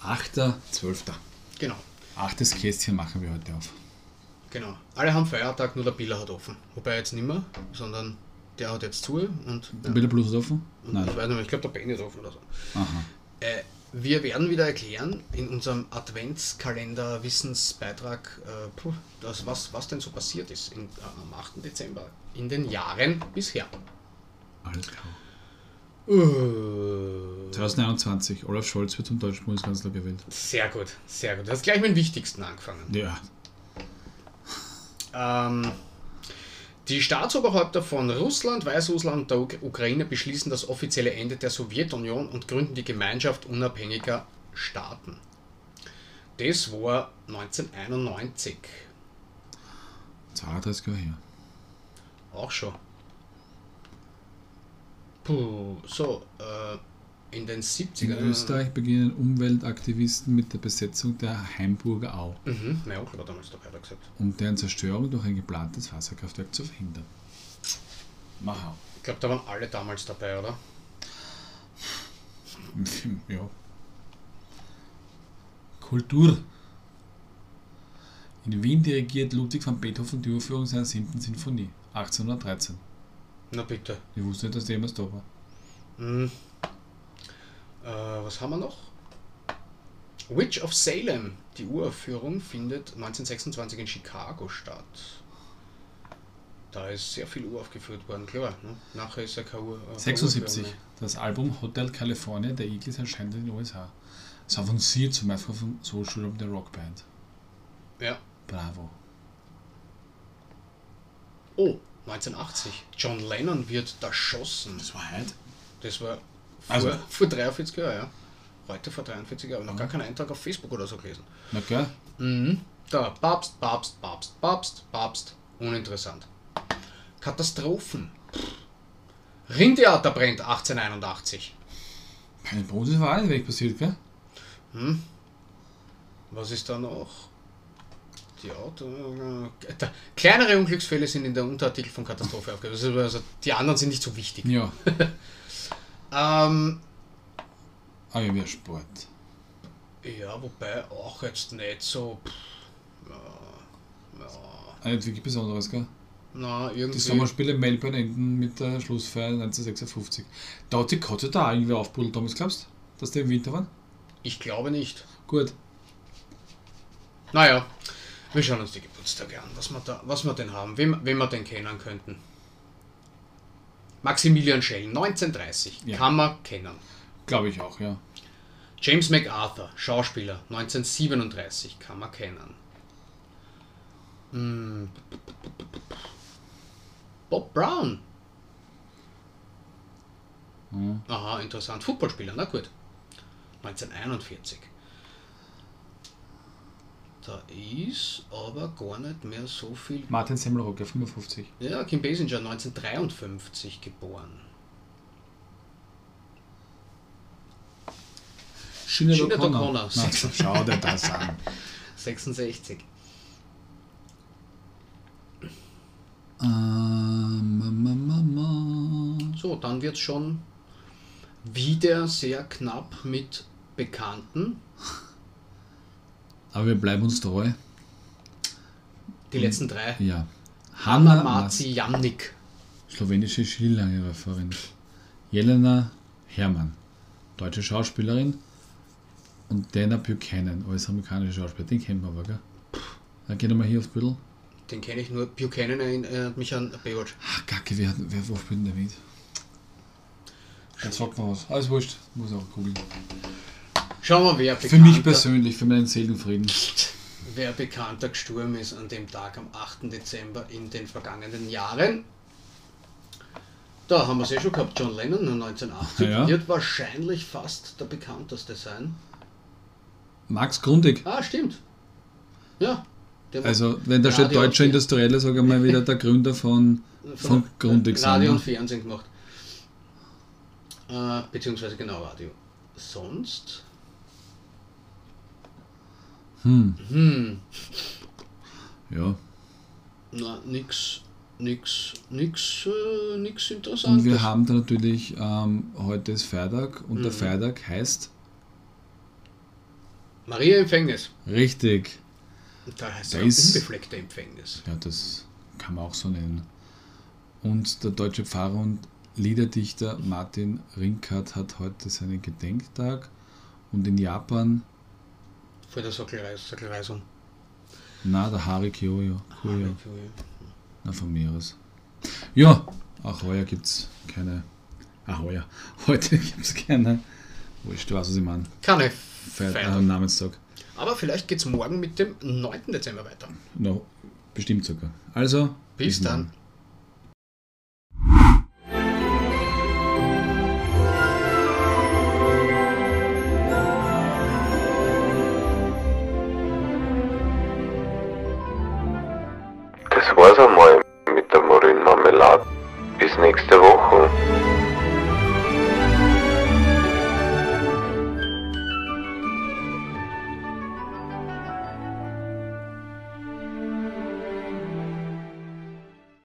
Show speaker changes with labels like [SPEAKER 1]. [SPEAKER 1] Zwölfter.
[SPEAKER 2] Zwölfter.
[SPEAKER 3] Genau,
[SPEAKER 2] Achtes Kästchen machen wir heute auf.
[SPEAKER 3] genau. Alle haben Feiertag, nur der Biller hat offen. Wobei jetzt nicht mehr, sondern der hat jetzt zu und,
[SPEAKER 2] Ja. Bitte bloß offen?
[SPEAKER 3] und
[SPEAKER 2] Nein.
[SPEAKER 3] ich weiß nicht, mehr, ich glaube, der Ben ist offen oder so.
[SPEAKER 2] Aha.
[SPEAKER 3] Äh, wir werden wieder erklären in unserem Adventskalender-Wissensbeitrag, äh, puh, das, was, was denn so passiert ist in, äh, am 8. Dezember in den Jahren bisher.
[SPEAKER 2] Alter. Äh.
[SPEAKER 3] Uh,
[SPEAKER 2] 2021. Olaf Scholz wird zum deutschen Bundeskanzler gewählt.
[SPEAKER 3] sehr gut, sehr gut. Du hast gleich mit dem Wichtigsten angefangen.
[SPEAKER 2] Ja.
[SPEAKER 3] Ähm, die Staatsoberhäupter von Russland, Weißrussland und der Uk Ukraine beschließen das offizielle Ende der Sowjetunion und gründen die Gemeinschaft unabhängiger Staaten. Das war 1991.
[SPEAKER 2] 32 Jahre her.
[SPEAKER 3] Auch schon. Puh, so, äh, in den
[SPEAKER 2] In
[SPEAKER 3] 70ern.
[SPEAKER 2] Österreich beginnen Umweltaktivisten mit der Besetzung der Heimburger Au,
[SPEAKER 3] Mhm, mein Onkel war damals dabei, hat er gesagt.
[SPEAKER 2] um deren Zerstörung durch ein geplantes Wasserkraftwerk zu verhindern. Machau.
[SPEAKER 3] Ich glaube, da waren alle damals dabei, oder?
[SPEAKER 2] Ja. Kultur. In Wien dirigiert Ludwig van Beethoven die Urführung seiner 7. Sinfonie, 1813.
[SPEAKER 3] Na bitte.
[SPEAKER 2] Ich wusste nicht, dass der jemals da war.
[SPEAKER 3] Hm. Äh, was haben wir noch? Witch of Salem. Die Uraufführung findet 1926 in Chicago statt. Da ist sehr viel Uhr aufgeführt worden, klar. Ne? Nachher ist ja keine Uhr. äh, keine
[SPEAKER 2] 76.
[SPEAKER 3] Uraufführung mehr.
[SPEAKER 2] Das Album Hotel California der Eagles erscheint in den USA. Das war von Sie zum Beispiel vom Social der Rockband.
[SPEAKER 3] Ja.
[SPEAKER 2] Bravo.
[SPEAKER 3] Oh, 1980. John Lennon wird erschossen.
[SPEAKER 2] war halt.
[SPEAKER 3] Das war vor,
[SPEAKER 2] Also-
[SPEAKER 3] vor 43 Jahren, ja. Heute vor 43 Jahren, aber noch gar keinen Eintrag auf Facebook oder so gelesen.
[SPEAKER 2] Na gell?
[SPEAKER 3] Mhm. Da, Papst, Papst, Papst, Papst, Papst. Uninteressant. Katastrophen. Pff. Ringtheater brennt 1881.
[SPEAKER 2] Meine Brose war auch nicht weg passiert, gell?
[SPEAKER 3] Hm? Was ist da noch? Die Auto. äh, da- Kleinere Unglücksfälle sind in der Unterartikel von Katastrophe aufgehört. Also, also die anderen sind nicht so wichtig.
[SPEAKER 2] Ja.
[SPEAKER 3] Ähm,
[SPEAKER 2] Aber ja, wie Sport.
[SPEAKER 3] ja, wobei auch jetzt nicht so. Pff, ja, ja,
[SPEAKER 2] Auch Nicht wirklich Besonderes, gell?
[SPEAKER 3] na,
[SPEAKER 2] Die
[SPEAKER 3] irgendwie.
[SPEAKER 2] Sommerspiele in Melbourne enden mit der Schlussfeier 1956. Da hat die Kotze da irgendwie aufbrudelt, damals glaubst du, dass die im Winter waren?
[SPEAKER 3] ich glaube nicht.
[SPEAKER 2] Gut.
[SPEAKER 3] Naja, wir schauen uns die Geburtstage an, was wir, da, was wir denn haben, wen, wen wir denn kennen könnten. Maximilian Schell, 1930,
[SPEAKER 2] Ja.
[SPEAKER 3] kann man kennen.
[SPEAKER 2] Glaube ich auch, ja.
[SPEAKER 3] James MacArthur, Schauspieler, 1937, kann man kennen. Hm. Bob Brown.
[SPEAKER 2] Mhm.
[SPEAKER 3] Aha, interessant. Footballspieler, na gut. 1941. Da ist aber gar nicht mehr so viel
[SPEAKER 2] Martin Semmelrocker, 55.
[SPEAKER 3] Ja, Kim Basinger, 1953 geboren.
[SPEAKER 2] Schindler
[SPEAKER 3] Sinead
[SPEAKER 2] O'Connor.
[SPEAKER 3] O'Connor.
[SPEAKER 2] Na, Schau dir das an.
[SPEAKER 3] 66.
[SPEAKER 2] Ähm, ma, ma, ma.
[SPEAKER 3] So, dann wird schon wieder sehr knapp mit Bekannten.
[SPEAKER 2] Aber wir bleiben uns treu.
[SPEAKER 3] Die letzten drei.
[SPEAKER 2] Mhm. Ja.
[SPEAKER 3] Anna
[SPEAKER 2] Hanna Mas,
[SPEAKER 3] Marzijanik.
[SPEAKER 2] slowenische Skilangläuferin. Jelena Hermann, deutsche Schauspielerin. Und Dana Buchanan, US-amerikanische Schauspielerin. Den kennen wir aber, gell? Dann gehen wir mal hier aufs Büttel.
[SPEAKER 3] Den kenne ich nur. Buchanan erinnert mich an Baywatch.
[SPEAKER 2] Ach, Kacke, wer, wer wo spielt denn der mit? Jetzt sagt man was. Alles wurscht. Muss auch googeln.
[SPEAKER 3] Schauen wir, wer
[SPEAKER 2] Für mich
[SPEAKER 3] bekannter-
[SPEAKER 2] persönlich, für meinen Seelenfrieden.
[SPEAKER 3] Wer bekannter gestorben ist an dem Tag am 8. Dezember in den vergangenen Jahren. Da haben wir es eh schon gehabt, John Lennon 1980
[SPEAKER 2] Ja.
[SPEAKER 3] wird wahrscheinlich fast der bekannteste sein.
[SPEAKER 2] Max Grundig.
[SPEAKER 3] Ah, stimmt. Ja. Der war
[SPEAKER 2] Also, wenn da steht
[SPEAKER 3] Radio-
[SPEAKER 2] deutscher Industrielle, sage ich mal wieder der Gründer von, von Grundig sein,
[SPEAKER 3] äh, Radio
[SPEAKER 2] ne?
[SPEAKER 3] und Fernsehen gemacht. Äh, beziehungsweise genau Radio. Sonst?
[SPEAKER 2] Hm,
[SPEAKER 3] Hm,
[SPEAKER 2] ja.
[SPEAKER 3] na, nix, nix, nix, äh, nix
[SPEAKER 2] Und
[SPEAKER 3] interessantes.
[SPEAKER 2] wir haben da
[SPEAKER 3] Mhm.
[SPEAKER 2] natürlich, ähm, heute ist Freitag und der Freitag heißt
[SPEAKER 3] Maria Empfängnis.
[SPEAKER 2] Richtig.
[SPEAKER 3] Und Da heißt
[SPEAKER 2] Da
[SPEAKER 3] er
[SPEAKER 2] ist-
[SPEAKER 3] unbefleckte Empfängnis.
[SPEAKER 2] Ja, das kann man auch so nennen. Und der deutsche Pfarrer und Liederdichter Martin Rinkert hat heute seinen Gedenktag. Und in Japan,
[SPEAKER 3] Vor der Sockelreis- Sockelreisung.
[SPEAKER 2] na, der Hari Kyoyo. Kyoyo.
[SPEAKER 3] Barbecue.
[SPEAKER 2] Na, von mir aus. Ja, auch heuer gibt's keine. Ach, heuer. Heute gibt's keine. Wurscht, du weißt, was ich meine.
[SPEAKER 3] Keine
[SPEAKER 2] Feiert
[SPEAKER 3] Feiertag.
[SPEAKER 2] am Namenstag.
[SPEAKER 3] Aber vielleicht geht's morgen mit dem 9. Dezember weiter.
[SPEAKER 2] No, bestimmt sogar. Also,
[SPEAKER 3] Bis dann.
[SPEAKER 2] morgen.
[SPEAKER 1] Das war's einmal mit der Marin Marmelade. Bis nächste Woche.